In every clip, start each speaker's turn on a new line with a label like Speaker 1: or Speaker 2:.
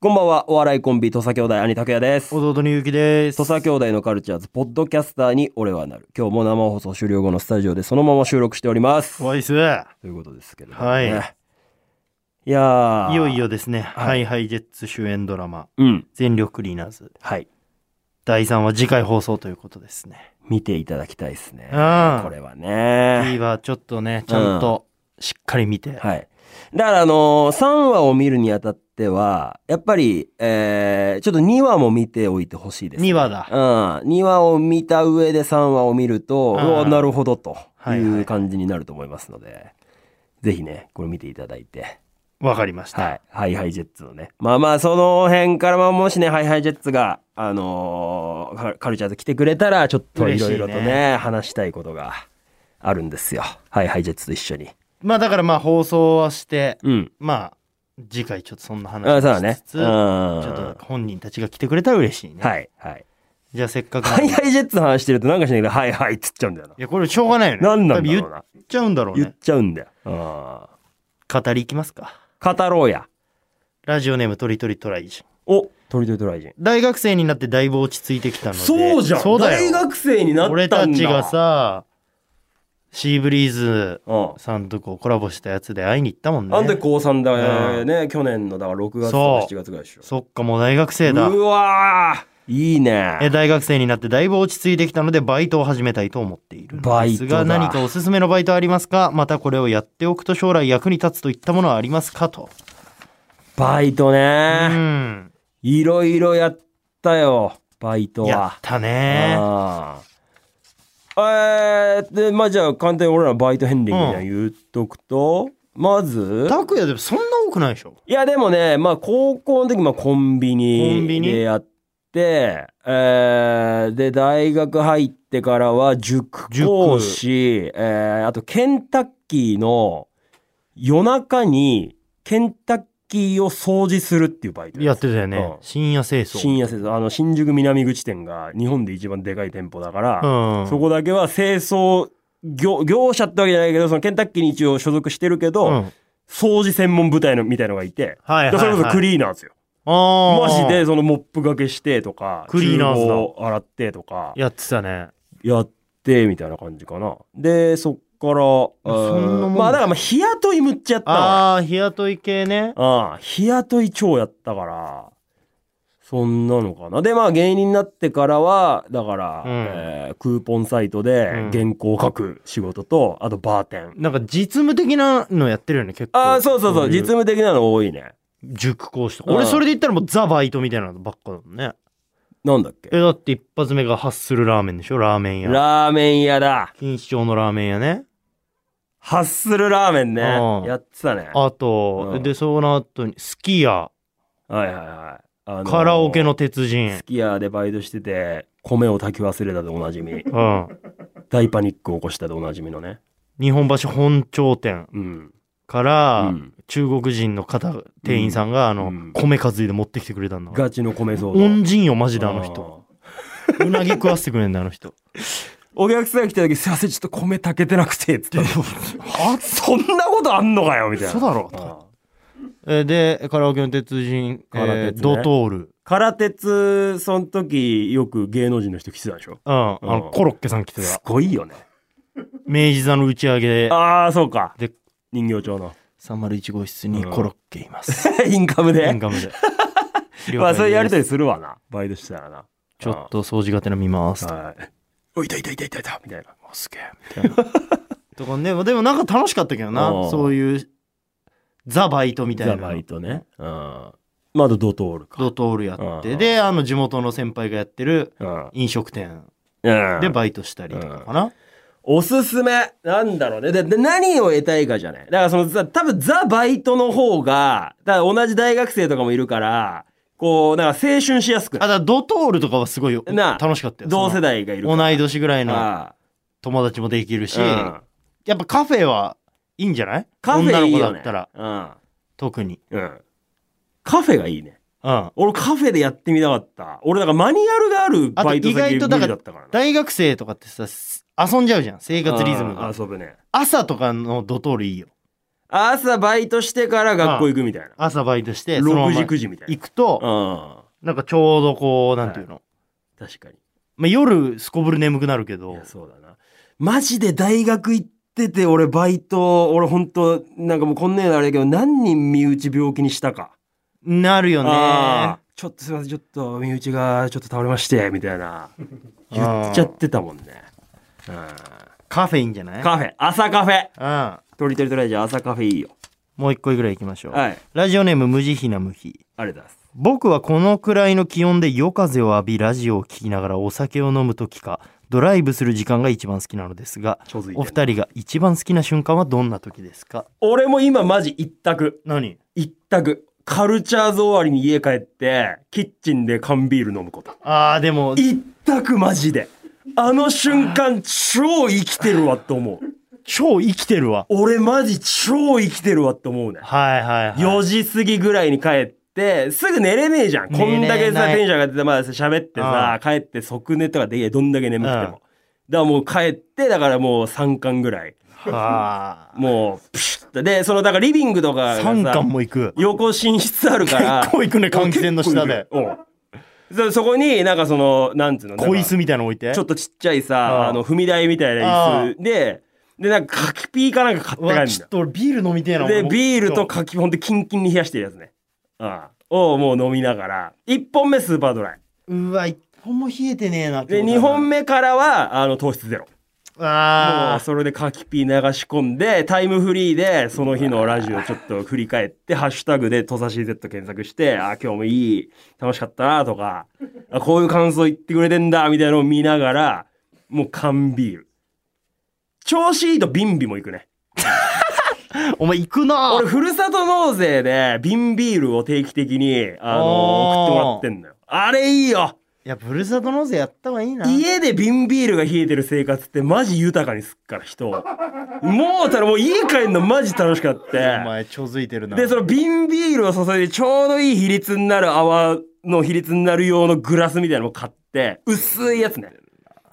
Speaker 1: こんばんは、お笑いコンビ、土佐兄弟、兄拓也です。
Speaker 2: 弟にゆきです。
Speaker 1: 土佐兄弟のカルチャーズ、ポッドキャスターに俺はなる。今日も生放送終了後のスタジオでそのまま収録しております。
Speaker 2: ワイス。い
Speaker 1: ということですけれども、
Speaker 2: はい
Speaker 1: ね。いやー。
Speaker 2: よいよですね。
Speaker 1: は
Speaker 2: はいい、ハイハイジェッツ主演ドラマ、
Speaker 1: うん。
Speaker 2: 全力リーナーズ。
Speaker 1: はい。
Speaker 2: 第3話次回放送ということですね。
Speaker 1: 見ていただきたいですね。
Speaker 2: う
Speaker 1: こ
Speaker 2: ん
Speaker 1: れはね。
Speaker 2: はちょっとね、ちゃんとしっかり見て。
Speaker 1: はい。だからあのー、3話を見るにあたっては、やっぱり、えー、ちょっと2話も見ておいてほしいです、ね。
Speaker 2: 2話だ。
Speaker 1: うん。2話を見た上で3話を見ると、う
Speaker 2: うん
Speaker 1: わなるほどと
Speaker 2: はいいは
Speaker 1: う
Speaker 2: い
Speaker 1: 感じになると思いますので、ぜひね、これ見ていただいて、
Speaker 2: わかりました。
Speaker 1: はい。ハイハイジェッツのね。まあまあ、その辺から、まあもしね、ハイハイジェッツが、あのーカルカルチャーズ来てくれたら、ちょっといろいろとね
Speaker 2: 嬉しい
Speaker 1: 話したいことがあるんですよ。ハイハイジェッツと一緒に。
Speaker 2: まあだからまあ放送はして、
Speaker 1: うん。
Speaker 2: まあ次回ちょっとそんな話
Speaker 1: あ
Speaker 2: を
Speaker 1: そうだね。
Speaker 2: し
Speaker 1: うん
Speaker 2: つつ、ちょっと本人たちが来てくれたら嬉しいね。
Speaker 1: はい、はい。
Speaker 2: じゃあせっかくなん
Speaker 1: ハ
Speaker 2: で。
Speaker 1: イハイジェッツの話してるとなんかしないけど、はいはいっつっちゃうんだよな。
Speaker 2: いや、これしょうがないよね。
Speaker 1: なんなんだろ
Speaker 2: 多
Speaker 1: うな
Speaker 2: 分言っちゃうんだろう
Speaker 1: 言っ
Speaker 2: ね。
Speaker 1: ちゃうんだよ。あ
Speaker 2: 語りいきますか。
Speaker 1: あ。語ろうや。
Speaker 2: ラジオネームとりとりトライジン。
Speaker 1: お鳥鳥ライジン。
Speaker 2: 大学生になってだいぶ落ち着いてきたので。
Speaker 1: そうじゃん
Speaker 2: そうだよ。
Speaker 1: 大学生になったんだ
Speaker 2: 俺たちがさ、シーブリーズ
Speaker 1: うん。
Speaker 2: さんとこうコラボしたやつで会いに行ったもんね。
Speaker 1: なんで高3だよ
Speaker 2: う
Speaker 1: ね、去年のだから6月
Speaker 2: そ
Speaker 1: と
Speaker 2: う
Speaker 1: か7月ぐらいでしょ。
Speaker 2: そっか、もう大学生だ。
Speaker 1: うわーいい
Speaker 2: え
Speaker 1: ね。
Speaker 2: 大学生になってだいぶ落ち着いてきたのでバイトを始めたいと思っているの
Speaker 1: バイ
Speaker 2: で
Speaker 1: ト
Speaker 2: す
Speaker 1: だ
Speaker 2: が何かおすすめのバイトありますかまたこれをやっておくと将来役に立つといったものはありますかと。
Speaker 1: バイト
Speaker 2: う
Speaker 1: ね。
Speaker 2: ん。
Speaker 1: いろいろやったよ、バイト
Speaker 2: やっ
Speaker 1: は。
Speaker 2: たね。
Speaker 1: あーえー、で、まあじゃあ簡単に俺らのバイト遍歴みたいなの言っとくと、まず、
Speaker 2: 拓也でもそんな多くないでしょ
Speaker 1: いやでもね、まあ高校の時まあコンビ
Speaker 2: コン
Speaker 1: ニ
Speaker 2: ビニ
Speaker 1: でやって、えーで大学入ってからは塾
Speaker 2: 塾
Speaker 1: 講師、えーあとケンタッキーの夜中にケンタッキーを掃除するっていうバイト
Speaker 2: やってたよね。
Speaker 1: うん
Speaker 2: 深夜清掃。
Speaker 1: 深夜節あの新宿南口店が日本で一番でかい店舗だから、
Speaker 2: うん。
Speaker 1: そこだけは清掃業業者ってわけじゃないけどそのケンタッキーに一応所属してるけど、
Speaker 2: うん。はい
Speaker 1: 掃除専門部隊のみたいのがいて。
Speaker 2: はい、はい。
Speaker 1: でそれこそクリーナーですよ。
Speaker 2: あ
Speaker 1: マジ
Speaker 2: ー
Speaker 1: でそのモップがけしてとか、
Speaker 2: クリーナーズだ
Speaker 1: 厨房洗ってとか、
Speaker 2: やってたね。
Speaker 1: やってみたいな感じかな。で、そっから、
Speaker 2: そんなもん
Speaker 1: うんまあだからまあ日雇いむっちゃやったわ。
Speaker 2: ああ、日雇い系ね。
Speaker 1: ああ、日雇い超やったから、そんなのかな。で、まあ芸人になってからは、だから、
Speaker 2: うん
Speaker 1: えークーポンサイト
Speaker 2: う
Speaker 1: で
Speaker 2: ん
Speaker 1: 原稿を書く仕事と、あとバーテン。
Speaker 2: なんか実務的なのやってるよね、結構。
Speaker 1: ああ、そうそうそう、
Speaker 2: い
Speaker 1: 実務的なの多いね。
Speaker 2: 塾講師とか。
Speaker 1: うん
Speaker 2: 俺それで言ったらもうザバイトみたいなのばっかだもんね。
Speaker 1: なんだっけ
Speaker 2: え、だって一発目がハッスルラーメンでしょラーメン屋。
Speaker 1: ラーメン屋だ。
Speaker 2: 錦糸町のラーメン屋ね。
Speaker 1: ハッスルラーメンね。
Speaker 2: うん
Speaker 1: やってたね。
Speaker 2: あと、
Speaker 1: うん
Speaker 2: で、その後に、スキヤ、
Speaker 1: はいはいはい。あのー
Speaker 2: カラオケの鉄人
Speaker 1: ス。キヤでバイトしてて、米を炊き忘れたでおなじ み。
Speaker 2: うん。
Speaker 1: 大パニックを起こしたでおなじみのね。
Speaker 2: 日本橋本町店
Speaker 1: うん。
Speaker 2: から、
Speaker 1: うん
Speaker 2: 中国人の方、店員さんが、あの、
Speaker 1: うん
Speaker 2: 米担いで持ってきてくれたんだから。
Speaker 1: ガチの米騒動。
Speaker 2: 恩人よ、マジであの人。
Speaker 1: あー。
Speaker 2: うなぎ食わせてくれんだよ、あ の人。
Speaker 1: お客さんが来た時、すいません、ちょっと米炊けてなくて、つって。は そんなことあんのかよ、みたいな。
Speaker 2: 嘘だろ
Speaker 1: あー
Speaker 2: えーで、カラオケの鉄人、
Speaker 1: カラ
Speaker 2: えー
Speaker 1: 鉄ね
Speaker 2: ドトール。うん。
Speaker 1: 空鉄、その時、よく芸能人の人来てたでしょ
Speaker 2: あ
Speaker 1: う
Speaker 2: の、
Speaker 1: ん
Speaker 2: コロッケさん来て
Speaker 1: す
Speaker 2: た。
Speaker 1: ごいよね。
Speaker 2: 明治座の打ち上げで、
Speaker 1: ああ、そうか。
Speaker 2: で
Speaker 1: 人形町の。
Speaker 2: 301号室にコロッケいます。
Speaker 1: インカム
Speaker 2: イン
Speaker 1: で。
Speaker 2: カムで。
Speaker 1: まあ、そういうやりと
Speaker 2: り。
Speaker 1: りするわな。バイトしてたらな。
Speaker 2: ちょっと掃除がてら見ます。
Speaker 1: はい。おいたいたいたいたいたみたいな。
Speaker 2: おすげえ。みたいなとかね、でもなんか楽しかったけどな
Speaker 1: う。ん
Speaker 2: そういう、ザ・バイトみたいな
Speaker 1: ザ・
Speaker 2: の。
Speaker 1: バイトね。うん。まあ、あとドトールか。
Speaker 2: ドトールや
Speaker 1: う
Speaker 2: っ
Speaker 1: ん
Speaker 2: て。で、あの、地元の先輩がやってる
Speaker 1: うん。
Speaker 2: 飲食店
Speaker 1: うん
Speaker 2: でバイトしたりとかかな。
Speaker 1: おすすめなんだろうね。で、で何を得たいかじゃない。だからそのさ、多分ザ・バイトの方が、だから同じ大学生とかもいるから、こう、なんか青春しやすくな
Speaker 2: あ、だ
Speaker 1: い
Speaker 2: からドトールとかはすごい
Speaker 1: なあ
Speaker 2: 楽しかったよ。
Speaker 1: 同世代
Speaker 2: 代。
Speaker 1: がいるから。
Speaker 2: 同い年ぐらいの
Speaker 1: あ
Speaker 2: 友達もできるし、
Speaker 1: あうん
Speaker 2: やっぱカフェはいいんじゃない
Speaker 1: カフェいい
Speaker 2: 女の
Speaker 1: よ
Speaker 2: 子だ
Speaker 1: ね
Speaker 2: ったら。特に。
Speaker 1: うん。うん。カフェがいいね。
Speaker 2: うん。
Speaker 1: 俺カフェでやってみたかった。俺だからマニュアルがあるバイト先
Speaker 2: あと意
Speaker 1: 無
Speaker 2: 外と
Speaker 1: 理
Speaker 2: だから
Speaker 1: だったからな。
Speaker 2: 大学生とかってさ、す遊んじゃうじゃん。生活リズム
Speaker 1: あ
Speaker 2: が
Speaker 1: ー。遊ぶね。
Speaker 2: 朝とかのドトールいいよ。
Speaker 1: 朝バイトしてから学校行くみたいな。
Speaker 2: 朝バイトして、そのま
Speaker 1: 6
Speaker 2: ま
Speaker 1: 時、9時みたい
Speaker 2: 行くと、
Speaker 1: な。
Speaker 2: なんかちょうどこう、なんていうの。
Speaker 1: うん。確かに。
Speaker 2: まあ、夜、すこぶる眠くなるけ
Speaker 1: い
Speaker 2: ど
Speaker 1: や、、そうだな。マジで大学行ってて、俺バイト、俺ほんと、なんかもうこんねえのあれだけど、何人身内病気にしたか。
Speaker 2: なるよね。
Speaker 1: あーちょっとすいません、ちょっと身内がちょっと倒れまして、みたいな。言っちゃってたもんね。うん
Speaker 2: カフェいいんじゃない
Speaker 1: カフェ、朝カフェ。
Speaker 2: うん。
Speaker 1: 鳥取とラジオ朝カフェいいよ。
Speaker 2: もう一個ぐらい行きましょう。
Speaker 1: はい。
Speaker 2: ラジオネーム、無慈悲な無比。
Speaker 1: ありがとうございます。
Speaker 2: 僕はこのくらいの気温で夜風を浴びラジオを聞きながらお酒を飲む時かドライブする時間が一番好きなのですが
Speaker 1: ちょうどいいね
Speaker 2: お二人が一番好きな瞬間はどんな時ですか
Speaker 1: 俺も今マジ一択。
Speaker 2: 何
Speaker 1: 一択。カルチャーズ終わりに家帰って、キッチンで缶ビール飲むこと。
Speaker 2: あーでも
Speaker 1: 一択マジで。あの瞬間、超生きてるわって思う。
Speaker 2: 超生きてるわ
Speaker 1: 俺マジ超生きてるわって思うね。
Speaker 2: はいはいはい
Speaker 1: 4時過ぎぐらいに帰って、すぐ寝れねえじゃん。こんだけ
Speaker 2: 寝れな
Speaker 1: さ、
Speaker 2: い
Speaker 1: テンション上がってて、まださ喋ってさ、帰って即寝とかできない。どんだけ眠くても。
Speaker 2: うん
Speaker 1: だからもう帰って、だからもう3巻ぐらい。
Speaker 2: は
Speaker 1: もう、プシュッと。で、その、だからリビングとか
Speaker 2: あ
Speaker 1: がさ
Speaker 2: 3巻、も行く
Speaker 1: 横寝室あるから。
Speaker 2: 結構行くね換気扇の下で
Speaker 1: うん。そそこになんかその、なんつうのなんか
Speaker 2: 小椅子みたいなの置いて
Speaker 1: ちょっとちっちゃい
Speaker 2: あ
Speaker 1: さ、
Speaker 2: あ
Speaker 1: あの、踏み台みたいな椅子で、で、なんか、柿ピーかなんか買って
Speaker 2: う
Speaker 1: 帰
Speaker 2: わ
Speaker 1: るん
Speaker 2: ち
Speaker 1: だ
Speaker 2: ょっと俺ビール飲みてえな
Speaker 1: よ。で、
Speaker 2: もう
Speaker 1: ビールと柿ほんでキンキンに冷やしてるやつね。ああをもう飲みながら。1本目スーパードライ。
Speaker 2: うわ一本も冷えてねえな
Speaker 1: で、2本目からは、あの、糖質ゼロ。もう
Speaker 2: あ
Speaker 1: それで柿ピー流し込んで、タイムフリーで、その日のラジオちょっと振り返 って、ハッシュタグで、とさし Z 検索して、あ、今日もいい、楽しかったなとか、あ、こういう感想言ってくれてんだ、みたいなのを見ながら、もう缶ビール。調子いいと瓶ビも行くね。
Speaker 2: あお前行くな
Speaker 1: 俺、ふるさと納税で瓶ビールを定期的に、あの、
Speaker 2: あー
Speaker 1: 送ってもらってんのよ。あれいいよ
Speaker 2: いやふるさと納税やった方がいいな
Speaker 1: 家で瓶ビールが冷えてる生活ってマジ豊かにすっから人をもうたらもう家帰んのマジ楽しかっ
Speaker 2: お
Speaker 1: て
Speaker 2: 前ちょづいてるな
Speaker 1: でその瓶ビールを注いでちょうどいい比率になる泡の比率になる用のグラスみたいなのを買って薄いやつね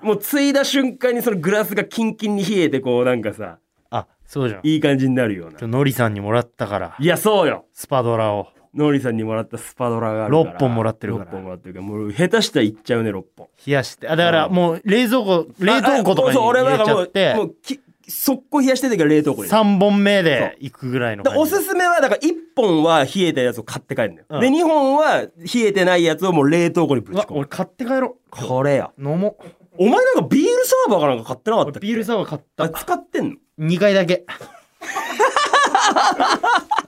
Speaker 1: もうついだ瞬間にそのグラスがキンキンに冷えてこうなんかさ
Speaker 2: あそうじゃん
Speaker 1: いい感じになるような
Speaker 2: 今日のりさんにもらったから
Speaker 1: いやそうよ
Speaker 2: スパドラを
Speaker 1: ノリさんにもらったスパドラがあるから
Speaker 2: 六本もらってるから
Speaker 1: 6本もらってるからもう下手したらいっちゃうね6本
Speaker 2: 冷やしてあだからもう冷蔵庫冷凍庫とかに
Speaker 1: ああそうそう俺は
Speaker 2: 入
Speaker 1: なん
Speaker 2: れち
Speaker 1: か
Speaker 2: ゃ
Speaker 1: も
Speaker 2: っ
Speaker 1: う
Speaker 2: て
Speaker 1: もうき速攻冷やしてたけど冷凍庫に
Speaker 2: 3本目でいくぐらいの
Speaker 1: だからお
Speaker 2: 感じ
Speaker 1: すすめはだから1本は冷えたやつを買って帰るのよ、
Speaker 2: うん
Speaker 1: で2本は冷えてないやつをもう冷凍庫にぶ
Speaker 2: う
Speaker 1: ち
Speaker 2: わ
Speaker 1: 込
Speaker 2: 俺
Speaker 1: む
Speaker 2: 買って帰ろ
Speaker 1: これよ
Speaker 2: う飲も
Speaker 1: お前なんかビールサーバーかなんか買ってなかったっ
Speaker 2: う
Speaker 1: け
Speaker 2: ビールサワー買っ
Speaker 1: あ
Speaker 2: た
Speaker 1: 使ってんの
Speaker 2: 2回 だけ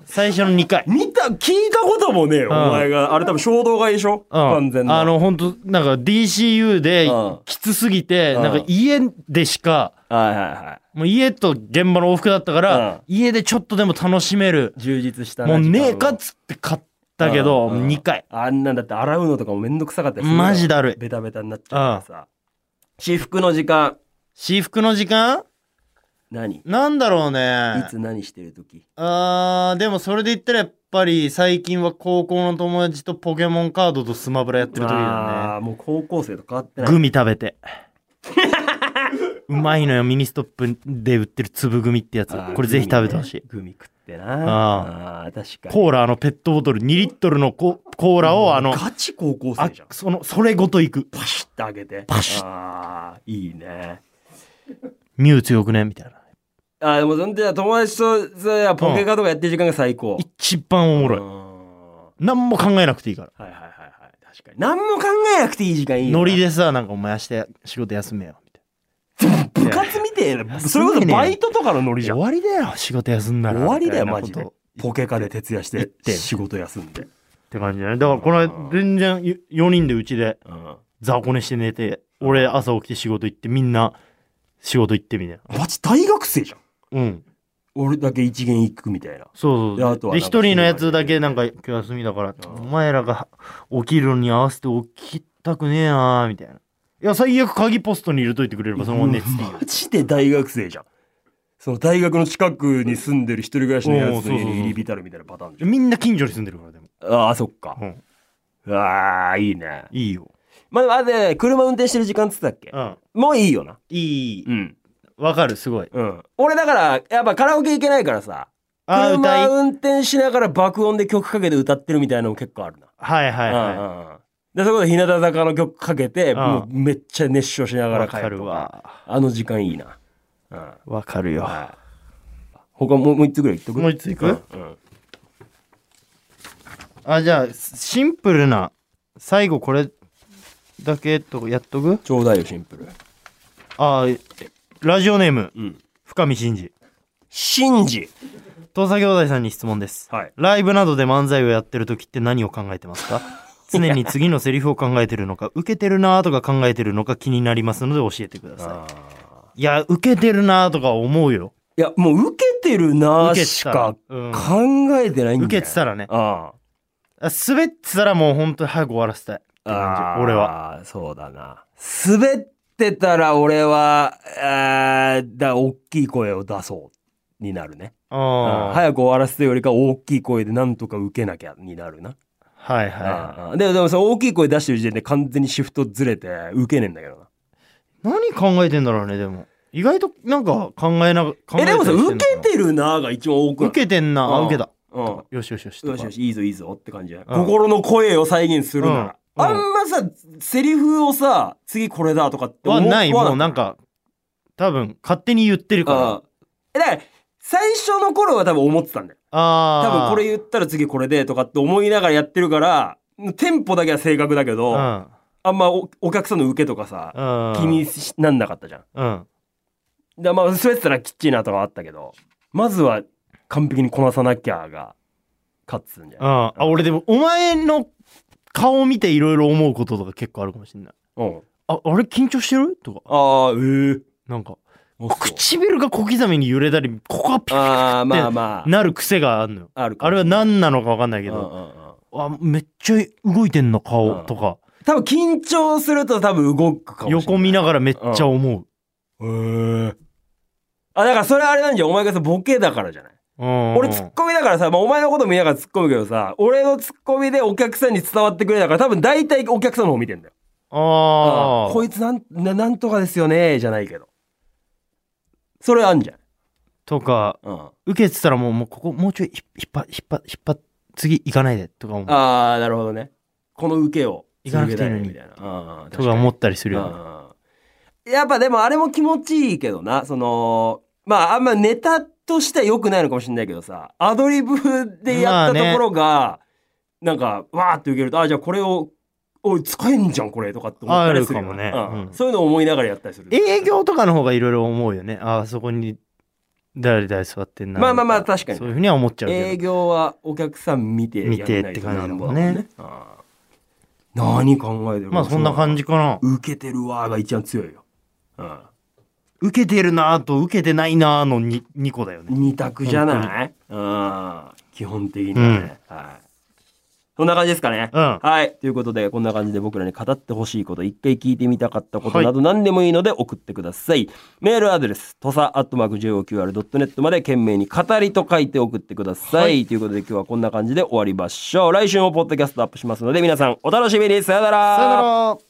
Speaker 2: 最初の2回
Speaker 1: 見た聞いたこともねえよ、
Speaker 2: うん
Speaker 1: お前があれ多分衝動買いでしょ、完全な
Speaker 2: あの本当なんか DCU で
Speaker 1: うん
Speaker 2: きつすぎて、
Speaker 1: うん
Speaker 2: なんか家でしか
Speaker 1: はいはいは
Speaker 2: もう家と現場の往復だったから、
Speaker 1: うん
Speaker 2: 家でちょっとでも楽しめる
Speaker 1: い充実した
Speaker 2: もうねえ
Speaker 1: 時間を
Speaker 2: かっつって買ったけど、
Speaker 1: うんうん
Speaker 2: 2回
Speaker 1: あんなんだって洗うのとかもめんどくさかったりするから
Speaker 2: マジだるい
Speaker 1: ベタベタになっちゃうからさ私服の時間
Speaker 2: 私服の時間
Speaker 1: 何い
Speaker 2: なんだろうね
Speaker 1: つ何してる時
Speaker 2: あーでもそれで言ったらやっぱり最近は高校の友達とポケモンカードとスマブラやってる時だ
Speaker 1: ああもう高校生と変わって
Speaker 2: よ
Speaker 1: な
Speaker 2: ね
Speaker 1: い
Speaker 2: グミ食 べてうまいのよミニストップで売ってる粒グミってやつ
Speaker 1: あー
Speaker 2: これぜひ食べてほしい
Speaker 1: グミねグミ食って
Speaker 2: あ
Speaker 1: なあー確かに
Speaker 2: コーラあのペットボトル2リットルのココーラをあの
Speaker 1: ガチ高校
Speaker 2: あ
Speaker 1: 生じゃん
Speaker 2: そのそれごといく
Speaker 1: パシッてあげて
Speaker 2: パシッ
Speaker 1: ああいいね
Speaker 2: ミュウ強くねみたいな
Speaker 1: あーでもそんで友達とさポケカとかやってる時間が最高
Speaker 2: 一番おもろ
Speaker 1: う
Speaker 2: い
Speaker 1: ん
Speaker 2: 何も考えなくていいから
Speaker 1: はいはいはいはい確かに何も考えなくていい時間いいよな
Speaker 2: ノリでさなんかお前明日仕事休めよみたい
Speaker 1: 部活みてえな
Speaker 2: す
Speaker 1: それ
Speaker 2: ご
Speaker 1: こ
Speaker 2: いね
Speaker 1: そバイトとかのノリじ
Speaker 2: な
Speaker 1: ゃん
Speaker 2: 終わりだよ仕事休んだら
Speaker 1: 終わりだよ
Speaker 2: みたい
Speaker 1: マ
Speaker 2: なこ
Speaker 1: ジ
Speaker 2: と
Speaker 1: でポケカで徹夜して
Speaker 2: て
Speaker 1: 仕事休んで
Speaker 2: って感じだね。だからこれ
Speaker 1: うん
Speaker 2: 全然4人でうちで
Speaker 1: うん
Speaker 2: 雑魚寝して寝て、俺朝起きて仕事行ってみんな仕事行ってみたいな。
Speaker 1: マジ大学生じゃん
Speaker 2: うん。
Speaker 1: 俺だけ一元行くみたいな
Speaker 2: そう
Speaker 1: で
Speaker 2: そ
Speaker 1: あ
Speaker 2: う
Speaker 1: と
Speaker 2: そう。
Speaker 1: は
Speaker 2: で、
Speaker 1: なんか
Speaker 2: 一人のやつだけなんか今日休みだから、
Speaker 1: うん
Speaker 2: お前らが起きるのに合わせて起きたくねえなみたいな。いや、最悪鍵ポストに入れといてくれればそのまま寝てていいよ
Speaker 1: マジで大学生じゃんその大学の近くに住んでる一人暮らしのやつの家に入り浸るみたいなパターンじゃん
Speaker 2: みんな近所に住んでるからでも。
Speaker 1: ああそっか
Speaker 2: うん。
Speaker 1: うわあいいね
Speaker 2: いいよ。
Speaker 1: まあでもあれ車運転してる時間っつってたっけ
Speaker 2: うん。
Speaker 1: もういいよない
Speaker 2: い。
Speaker 1: ん
Speaker 2: わかる、すごい。
Speaker 1: うん俺だからやっぱカラオケ行けないからさ
Speaker 2: あー歌い
Speaker 1: 車運転しながら爆音で曲かけて歌ってるみたいなのも結構あるな。
Speaker 2: はいはい
Speaker 1: うん
Speaker 2: は
Speaker 1: うんうんで、そこで日向坂の曲かけて、
Speaker 2: ん。
Speaker 1: もうめっちゃ熱唱しないが
Speaker 2: わ
Speaker 1: ら帰
Speaker 2: か
Speaker 1: る
Speaker 2: る
Speaker 1: と
Speaker 2: わ
Speaker 1: か。。あの時間いいな。うん。
Speaker 2: わかるよ。
Speaker 1: はい他もうもう一つぐらい言っとく
Speaker 2: もう一ついく
Speaker 1: うんうん
Speaker 2: あ、じゃあ、シンプルな、最後これだけとやっとく
Speaker 1: ちょうだいよシンプル
Speaker 2: あー、ラジオネーム、
Speaker 1: うん
Speaker 2: 深見真二。
Speaker 1: シンジ
Speaker 2: 土佐兄弟さんに質問です。
Speaker 1: はい
Speaker 2: ライブなどで漫才をやってる時って何を考えてます か常に次のセリフを考えてるのか、受けてるなーとか考えてるのか気になりますので教えてくださ
Speaker 1: あー
Speaker 2: い。いや、受けてるなーとか思うよ。
Speaker 1: いやもう受けてるな
Speaker 2: 受け
Speaker 1: して
Speaker 2: たら
Speaker 1: か考えてないんだよ
Speaker 2: 受けてたらね。
Speaker 1: あ
Speaker 2: あ滑ってたらもう本当に早く終わらせたい。
Speaker 1: あああ
Speaker 2: 俺は
Speaker 1: そうだな滑ってたら俺はあーだ大きい声を出そうになるね
Speaker 2: あ
Speaker 1: あ
Speaker 2: あ
Speaker 1: ー
Speaker 2: はい
Speaker 1: 早く終わらせてよりか大きい声でなんとか受けなきゃになるな
Speaker 2: はいは。
Speaker 1: あーでもでもさ大きい声出してる時点で完全にシフトずれて受けねえんだけどない
Speaker 2: 何考えてんだろうね、でも。意外となんか考えな、考え
Speaker 1: えでもさ
Speaker 2: たりして
Speaker 1: 受
Speaker 2: んのかな
Speaker 1: けてるなが一番多くない
Speaker 2: 受けてんな。あ、
Speaker 1: うん
Speaker 2: 受けた。
Speaker 1: うん
Speaker 2: よしよしよし。
Speaker 1: よしよしいいぞいいぞって感じだよ
Speaker 2: うん
Speaker 1: 心の声を再現するなら、
Speaker 2: うん
Speaker 1: あ
Speaker 2: うん
Speaker 1: んまさセリフをさ次これだとかって
Speaker 2: とかは
Speaker 1: 思
Speaker 2: ない、
Speaker 1: わ
Speaker 2: もうなんか、多分、勝手に言ってるから。
Speaker 1: うんえだから最初の頃は多分思ってたんだよ
Speaker 2: あ
Speaker 1: 多
Speaker 2: あ。
Speaker 1: 分これ言ったら次これでとかって思いながらやってるからテンポだけは正確だけど、
Speaker 2: う
Speaker 1: あんまおお客さんの受けとかさ、
Speaker 2: ん。うん。
Speaker 1: 気にしなんなかったじゃん
Speaker 2: うん。
Speaker 1: でまあ滑ってたらきっちりなとかはあったけどまずは完璧にこなさなきゃが勝つんじゃ
Speaker 2: う
Speaker 1: ない、
Speaker 2: ん。あ、俺でも、お前の顔を見ていろいろ思うこととか結構あるかもしれない。
Speaker 1: うん、
Speaker 2: あ、あれ緊張してるとか。
Speaker 1: ああええー
Speaker 2: なんか、
Speaker 1: あそう
Speaker 2: 唇が小刻みに揺れたり、ここがピッ
Speaker 1: ああまあま
Speaker 2: なる癖があるのよ。
Speaker 1: ああるか
Speaker 2: あれは何なのか分かんない
Speaker 1: だ
Speaker 2: けど、あ、めっちゃ動いてんの顔とか、
Speaker 1: 多分緊張すると多分動くかもしれない
Speaker 2: 横見ながらめっちゃ思う。
Speaker 1: へえあだからそれあれなんじゃんお前がさボケだからじゃない
Speaker 2: うん
Speaker 1: 俺ツッコミだからさ、まあ、お前のこと見ながらツッコむけどさ俺のツッコミでお客さんに伝わってくれたから多分大体お客さんの方見てんだよ
Speaker 2: ああ、
Speaker 1: こいつなんななんとかですよねじゃないけどそれあんじゃん
Speaker 2: とか、
Speaker 1: うん、あ
Speaker 2: 受けてたらもう、もうここ、もうちょい引っ張、引っ張、引っ張、次行かないでとか思う。
Speaker 1: あーなるほどねこの受けを
Speaker 2: 行かなくていいのに
Speaker 1: 続けたいねみたいなうん
Speaker 2: とか思ったりするよね。
Speaker 1: うんやっぱでもあれも気持ちいいけどなそのまああんまネタとしては良くないのかもしれないけどさアドリブでやった
Speaker 2: まあね
Speaker 1: ところが、なんかわーって受けるとあじゃあこれをおい使えんじゃんこれとかって思ったりするよ
Speaker 2: あるかもね
Speaker 1: うん
Speaker 2: うん
Speaker 1: そういうのを思いながらやったりする
Speaker 2: 営業とかの方がいろいろ思うよね。ああ、そこに、誰々座ってんな。
Speaker 1: まあまあまあ確かに
Speaker 2: そういうふうには思っちゃうけ
Speaker 1: 営
Speaker 2: ど。
Speaker 1: 業はお客さん見てやんないと
Speaker 2: 見てって感じだもんね
Speaker 1: なんぼだもんねうん何考えてる
Speaker 2: まあそんな感じかな。
Speaker 1: 受けてるわーが一番強いよ、うん、
Speaker 2: 受けてるなーと受けてないなーのに2個だよね。
Speaker 1: 二択じゃないうん。基本的に
Speaker 2: う
Speaker 1: はね。はい。そんな感じですかね。
Speaker 2: うん
Speaker 1: はい。ということで、こんな感じで僕らに語ってほしいこと、一回聞いてみたかったこと
Speaker 2: はい
Speaker 1: など何でもいいので送ってください。メールアドレス、とさ、アットマーク JOQR.net まで懸命に語りと書いて送ってください。
Speaker 2: はい
Speaker 1: ということで、今日はこんな感じで終わりましょう。来週もポッドキャストアップしますので、皆さんお楽しみに。さよなら。
Speaker 2: さよなら。